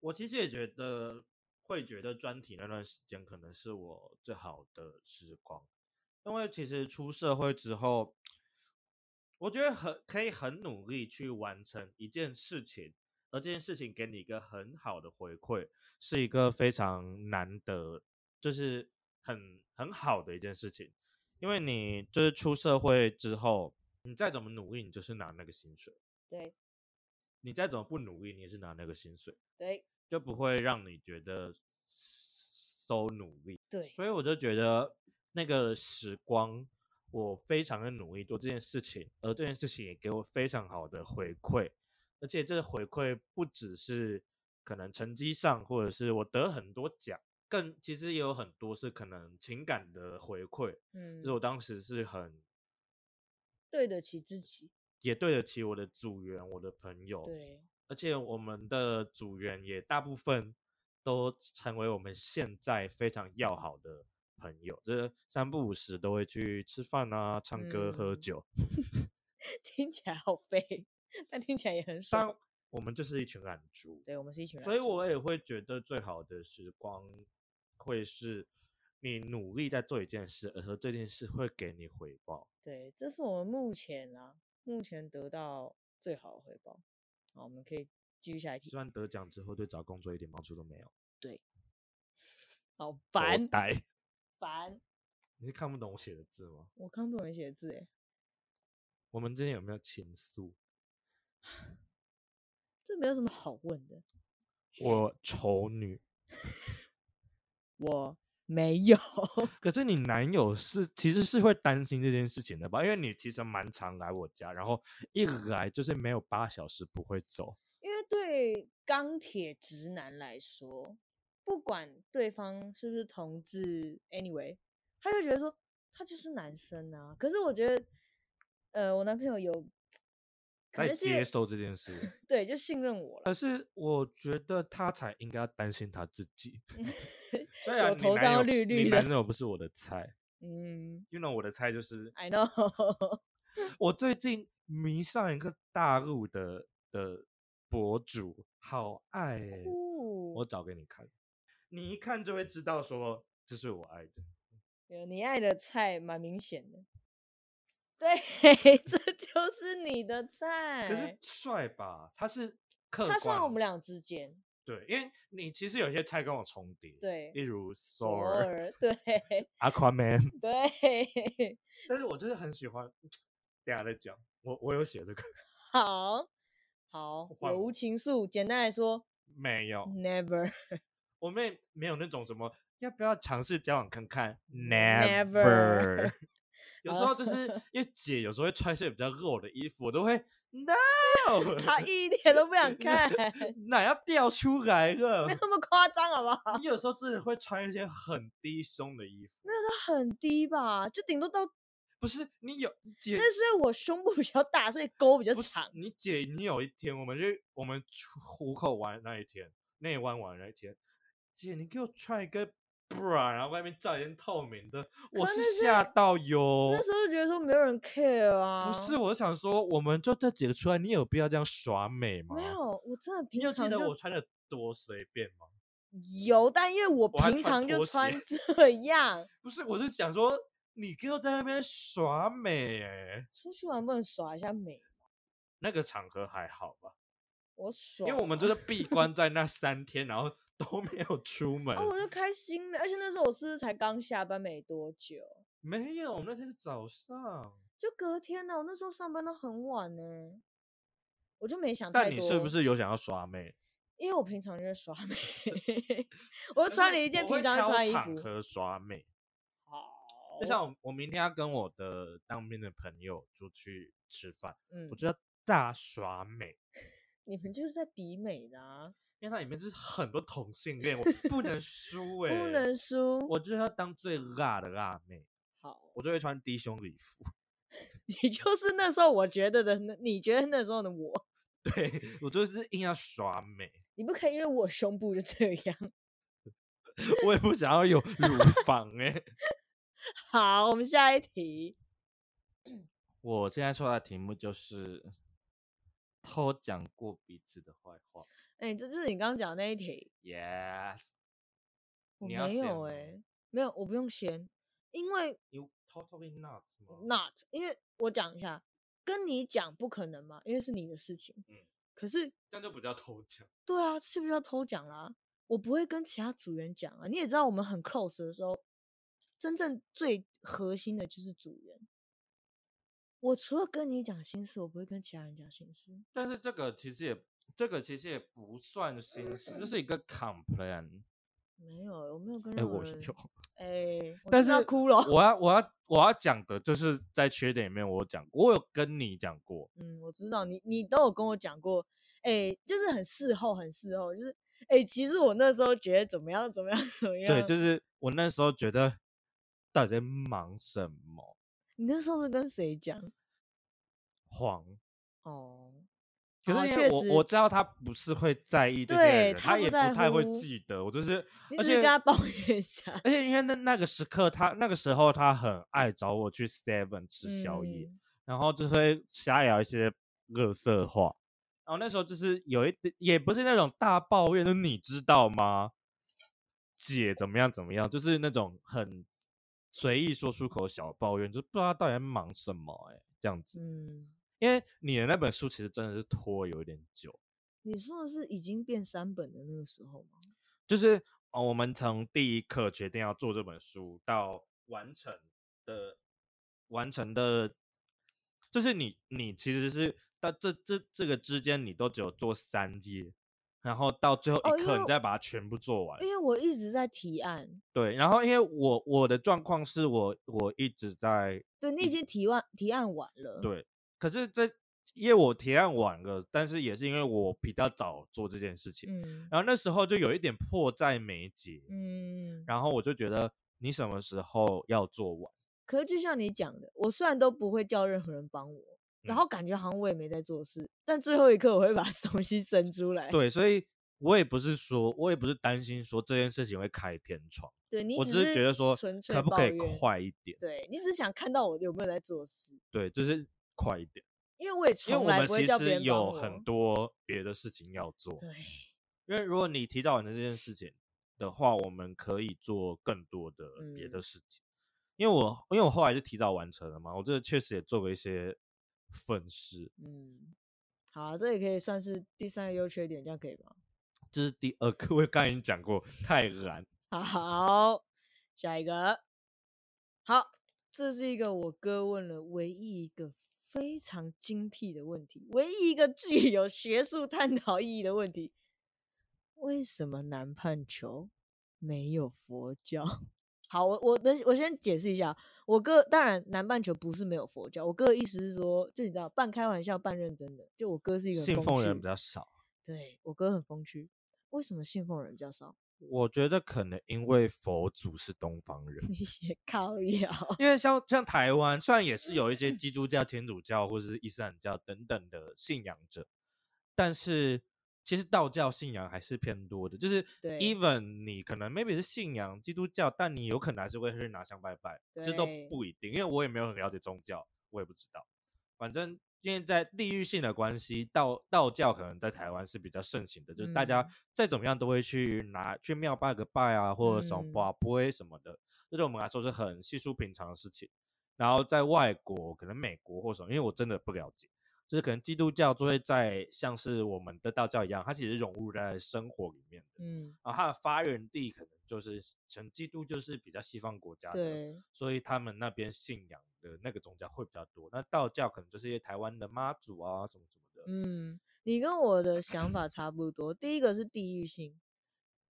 我其实也觉得，会觉得专题那段时间可能是我最好的时光，因为其实出社会之后，我觉得很可以很努力去完成一件事情，而这件事情给你一个很好的回馈，是一个非常难得，就是很很好的一件事情，因为你就是出社会之后，你再怎么努力，你就是拿那个薪水，对你再怎么不努力，你也是拿那个薪水。对。就不会让你觉得 so 努力。对，所以我就觉得那个时光，我非常的努力做这件事情，而这件事情也给我非常好的回馈，而且这个回馈不只是可能成绩上，或者是我得很多奖，更其实也有很多是可能情感的回馈，嗯就是，我当时是很对得起自己，也对得起我的组员、我的朋友，对， 而且我们的组员也大部分都成为我们现在非常要好的朋友，这三不五时都会去吃饭啊、唱歌、喝嗯酒。听起来好废，但听起来也很当爽然。，我们就是一群懒猪，对，我们是一群人，所以我也会觉得最好的时光会是你努力在做一件事，而这件事会给你回报。对，这是我们目前啊，目前得到最好的回报。好，我们可以继续下一题虽。然得奖之后对找工作一点帮助都没有，好狗烦 呆， 烦，你是看不懂我写的字吗？我看不懂你写的字哎，我们之间有没有情愫？这没有什么好问的，我丑女。我没有。可是你男友是其实是会担心这件事情的吧？因为你其实蛮常来我家，然后一来就是没有八小时不会走。因为对钢铁直男来说，不管对方是不是同志，anyway，他就觉得说他就是男生啊。可是我觉得，呃，我男朋友有可在能接是受这件事。对，就信任我了可。是我觉得他才应该要担心他自 己。虽我然你头男上友绿绿你的男友不是我的菜，嗯因为我的菜就是，I know， 我最近迷上一个大陆的的博主，好爱、哦欸，我我找给你看，你一看就会知道说这是我爱的。你爱的菜蛮明显的。对， 这就是你的菜。可是帅吧，他是客观，哎他算我们俩之间，对，因为你其实有些菜跟我重叠，对例如 s 偶 o r 尔 对 Aquaman， 对，但是我就是很喜欢，等一下再讲，我我有写这个 好好换有我无情愫。简单来说没有？嗯，never 我们也没有那种什么要不要尝试交往看看 Never 哦有时好候就是因为姐有时候会穿一些比较露的衣服，我都会 no，他一点都不想看，没 奶要掉出来 了。那么夸张好不好？你有时候真的会穿一些很低胸的衣服，很低吧，就顶多到，不是你有姐但是我胸部比较大，所以沟比较不是长。你姐，你有一天，我们就我们出虎口玩那一天，内湾玩那一天，姐，你给我穿一个 bra，然后外面罩一件透明的，我可是那是吓到哟那。时候就觉得说没有人 care 啊，不是，我想说，我们就这几个出来，你有必要这样耍美吗？没有，我真的你平有记常得我就穿的多随便吗？有，但因为我我还平穿常就拖鞋穿这样，不是，我是想说，你给我在那边耍美、欸，出去玩不能耍一下美，那个场合还好吧？我爽因啊。为我们就是闭关在那三天，然后都没有出门。啊，我就开心了，而且那时候我是不是才刚下班没多久？没有，那天是早上。就隔天呢、我那时候上班到很晚呢、我就没想太但多。你是不？是有想要耍妹？因为我平常就是耍美， 哎我就穿了一件平常会穿的衣服。和耍妹。好就像我，我明天要跟我的当兵的朋友出去吃饭，嗯我，就要大耍美，你们就是在比美的啊， 因为它里面就是很多同性恋，我不能输 哎、不能输。我就是要当最辣的辣妹，好，我就会穿低胸礼服。 你就是那时候我觉得的那，你觉得那时候的我，对我就是硬要耍美，你不可以因为我胸部就这样。 我也不想要有乳房哎、 好，我们下一题。我现在说的题目就是偷讲过彼此的坏话。哎、这就是你刚刚讲的那一题。 Yes，我你要没先哦有吗哎、没有，我不用嫌，因为你偷偷 n o t 吗？ not，因为我讲一下，跟你讲不可能嘛，因为是你的事情。嗯可是，这样就不叫偷讲。对啊，是不是要偷讲啦、我不会跟其他组员讲啊。你也知道，我们很 close 的时候，真正最核心的就是组员。我除了跟你讲心事，我不会跟其他人讲心事。但是这个其实也，这个其实也不算心事，这是一个 complain。没有，我没有跟哎、任何我人。有，哎、我但真的要是哭了。我要，我要，我要讲的就是在缺点里面，我有讲过，我有跟你讲过，嗯，我知道你，你都有跟我讲过，哎、就是很事后，很事后，就是哎、其实我那时候觉得怎么样，怎么样，怎么样。对，就是我那时候觉得到底在忙什么你那时候是跟谁讲？慌。哦，可好是因确为我我实知道他不是会在意这些对人，他他不也不在太会乎记得。我就是，你而只是跟且他抱怨一下。而且因为那那个时刻他，那个时候他很爱找我去 Seven 吃宵夜，嗯然后就会瞎聊一些乐色话。然后那时候就是有一点，也不是那种大抱怨，就你知道吗？姐怎么样怎么样，就是那种很随意说出口的小抱怨，就不知道他到底在忙什么哎、这样子。嗯，因为你的那本书其实真的是拖有一点久，你说的是已经变三本的那个时候吗？就是呃，我们从第一课决定要做这本书到完成的完成的，就是你你其实是到这这这个之间，你都只有做三页，然后到最后哦一因刻为你再把它全部做完。因为我一直在提案，对，然后因为我我的状况是我我一直在对你已经提案提案完了。嗯对，可是这因为我提案晚了，但是也是因为我比较早做这件事情，嗯然后那时候就有一点迫在眉睫，嗯，然后我就觉得你什么时候要做完？可是就像你讲的，我虽然都不会叫任何人帮我，然嗯后感觉好像我也没在做事，但最后一刻我会把 东西生出来。对，所以我也不是说，我也不是担心说这件事情会开天窗，对你我只是觉得说纯，粹可不抱可以怨，快一点？对你只是想看到我有没有在做事，对，就是快一点，因为我也因为嗯从我来们不会其叫别实人帮有我。很多别的事情要做。对，因为如果你提早完成这件事情的话，我们可以做更多的别的嗯事情。因为我因为我后来就提早完成了嘛，我这确实也做过一些粉事，嗯，好啊，这也可以算是第三个优缺点，这样可以吗？这是第二个， 我刚才已经讲过，太懒。好，下一个，好，这是一个我哥问了唯一一个非常精辟的问题，唯一一个具有 学术探讨意义的问题：为什么南半球没有佛教？ 好，我我等我先解释一下，我哥当然南半球不是没有佛教，我哥的意思是说，就你知道，半开玩笑半认真的，就我哥是一个很信风奉人趣比较少，对我哥很风趣。为什么信奉人比较少？ 我觉得可能因为佛祖是东方 人，你写靠谣，因为像像台湾，虽然也是有一嗯些基督教、天主教或是伊斯兰教等等的信仰者，但是其实道教信仰还是偏多的。就是对 even 你可能 maybe 是信仰基督教，但你有可能还是会去拿香拜拜，这都对不一定。因为我也没有很了解宗教，我也不知道。反正因为在地域性的关系，道道教可能在台湾是比较盛行的，就是大家嗯再怎么样都会去拿去庙拜个拜啊，或者什么嗯卜龟什么的。这对我们来说是很稀疏平常的事情。然后在外国，可能美国或什么，因为我真的不了解，就是可能基督教就会在像是我们的道教一样，它其实融入在生活里面的。嗯，然后它的发源地可能就是成基督就是比较西方国家的，对，所以他们那边信仰的那个宗教会比较多。那道教可能就是一些台湾的妈祖啊什么什么的。嗯，你跟我的想法差不多。第一个是地域性，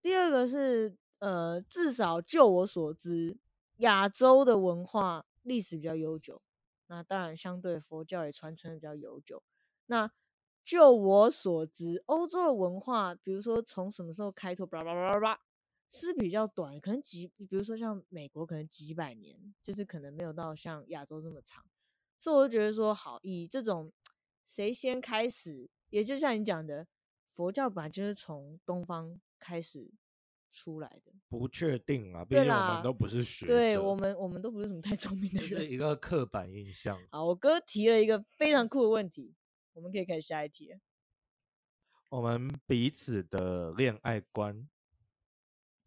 第二个是呃，至少就我所知，亚洲的文化历史比较悠久，那当然相对佛教也传承得比较悠久。那就我所知，欧洲的文化，比如说从什么时候开拓，巴拉巴拉巴拉巴拉，是比较短，可能几，比如说像美国，可能几百年，就是可能没有到像亚洲这么长。所以我就觉得说，好，以这种谁先开始，也就像你讲的，佛教本来就是从东方开始出来的。不确定啊，毕对竟我啦们都不是学者，对我们，我们都不是什么太 聪明这的是人。一个刻板印象。好，我哥提了一个非常酷的问题，我们可以看下一题了。我们彼此的恋爱观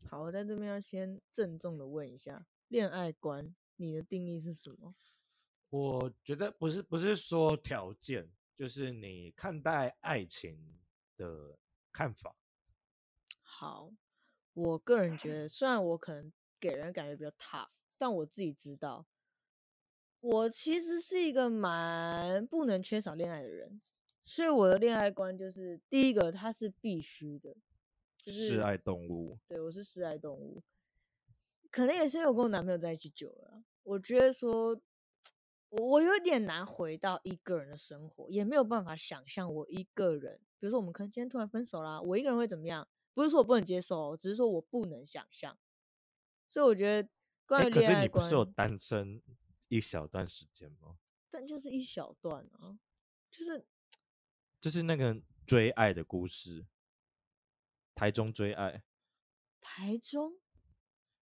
好，我在这边要先郑重的问一下，恋爱观你的定义是什么？我觉得不是不是说条件，就是你看待爱情的看法。好，我个人觉得，虽然我可能给人的感觉比较 tough，但我自己知道，我其实是一个蛮不能缺少恋爱的人，所以我的恋爱观就是第一个，它是必须的，就是是爱动物，对，我是示爱动物，可能也是因为我跟我男朋友在一起久了啊，我觉得说，我我有点难回到一个人的生活，也没有办法想象我一个人，比如说我们可能今天突然分手啦，我一个人会怎么样？不是说我不能接受哦，只是说我不能想象。所以我觉得关诶于哎可恋是爱你不观，是有单身一小段时间吗？但就是一小段啊，就是就是那个追爱的故事，台中追爱。台中，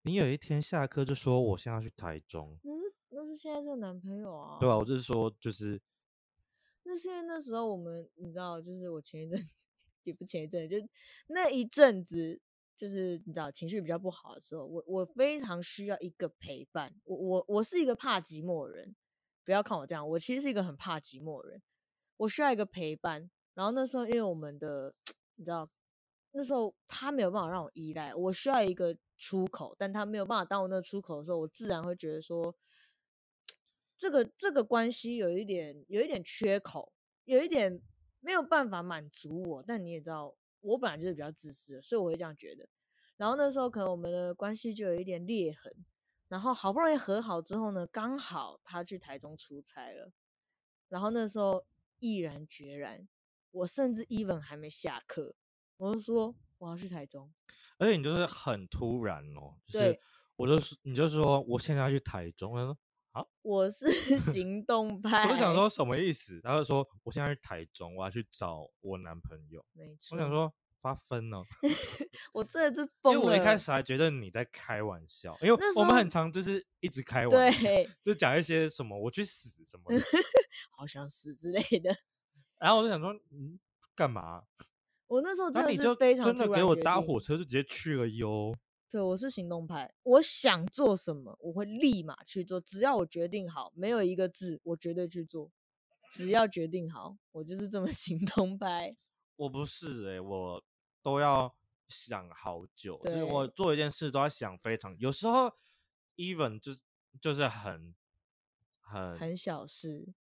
你有一天下课就说我现在要去台中，那是那是现在这个男朋友啊，对啊，我就是说就是那是因为那时候我们，你知道，就是我前一阵子，也不前一阵子，就那一阵子，就是你知道情绪比较不好的时候，我我非常需要一个陪伴。我我我是一个怕寂寞的人，不要看我这样，我其实是一个很怕寂寞的人，我需要一个陪伴。然后那时候因为我们的，你知道，那时候他没有办法让我依赖，我需要一个出口，但他没有办法当我那个出口的时候，我自然会觉得说，这个这个关系有一点有一点缺口，有一点没有办法满足我。但你也知道，我本来就是比较自私的，所以我会这样觉得。然后那时候可能我们的关系就有一点裂痕。然后好不容易和好之后呢，刚好他去台中出差了，然后那时候毅然决然，我甚至 even 还没下课，我就说我要去台中。而且你就是很突然哦，就是对我就是你就说我现在要去台中，我说我是 行动派。我就想，说什么意思？他就说我现在去台中，我要去找我男朋友。没错，我想，说发疯哦，我真的是因疯为了。我一开始还觉得你在开玩笑，因为那时我们候很常就是一直开玩笑，对，就讲一些什么我去死什 么的，好想死之类的。 然后我就想说，嗯，干嘛？我那时候真那的你是就非常真的突给然我决搭定火车就直接去了哟。对，我是行动派，我想做什么，我会立马去做。只要我决定好，没有一个字，我绝对去做。只要决定好，我就是这么 行动派。我不是哎、我都要想好久，就是我对做一件事都要想非常，有时候 even 就是就是很很很小事，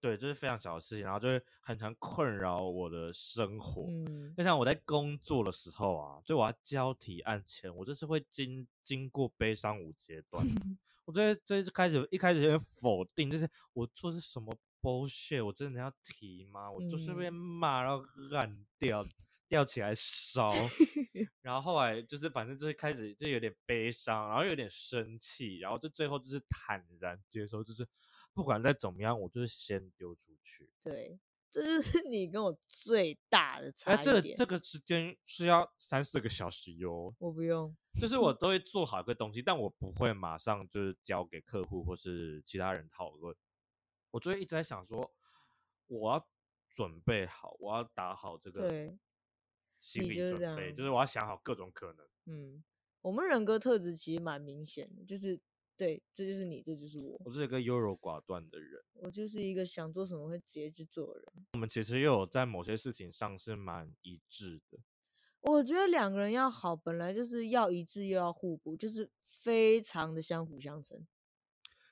对，就是非常小的事情，然后就会很常困扰我的生活。嗯， 就像我在工作的时候啊，就我要交提案前，我就是会经经过悲伤五阶段，嗯我最最开始一开始有点否定，就是我做是什么 bullshit，我真的要提吗？我就是被嗯骂然后烂掉，吊起来 烧，然后后来就是反正就是开始就有点悲伤，然后有点生气，然后就最后就是坦然接受，就是不管再怎么样，我就是先丢出去。对，这就是你跟我最大的差哎，一这个点。这个时间是要三四个小时哟，我不用，就是我都会做好一个东西，但我不会马上就是交给客户或是其他人讨论。我就会一直在想说，我要准备好，我要打好这个对，心你理就是准这备，样就是我要想好各种可能。嗯，我们人格特质其实蛮明显的，就是对，这就是你，这就是我，我是一个优柔寡断的人，我就是一个想做什么会直接去做的人。我们其实又有在某些事情上是蛮一致的。我觉得两个人要好，本来就是要一致又要互补，就是非常的相辅相成。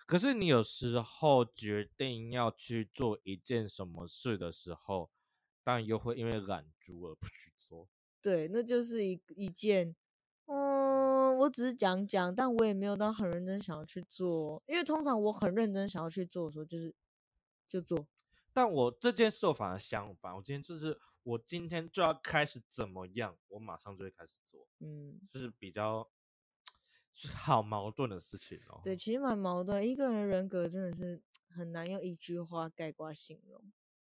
可是你有时候决定要去做一件什么事的时候，但又会因为懒猪而不去做。对，那就是一一件，嗯，我只是讲讲，但我也没有到很认真想要去做，因为通常我很认真想要去做的时候，就是就做。但我这件事我反而相反，我今天就是我今天就要开始怎么样，我马上就会开始做，嗯，就是比较是好矛盾的事情哦。对，其实蛮矛盾，一个人的人格真的是很难用一句话概括形容。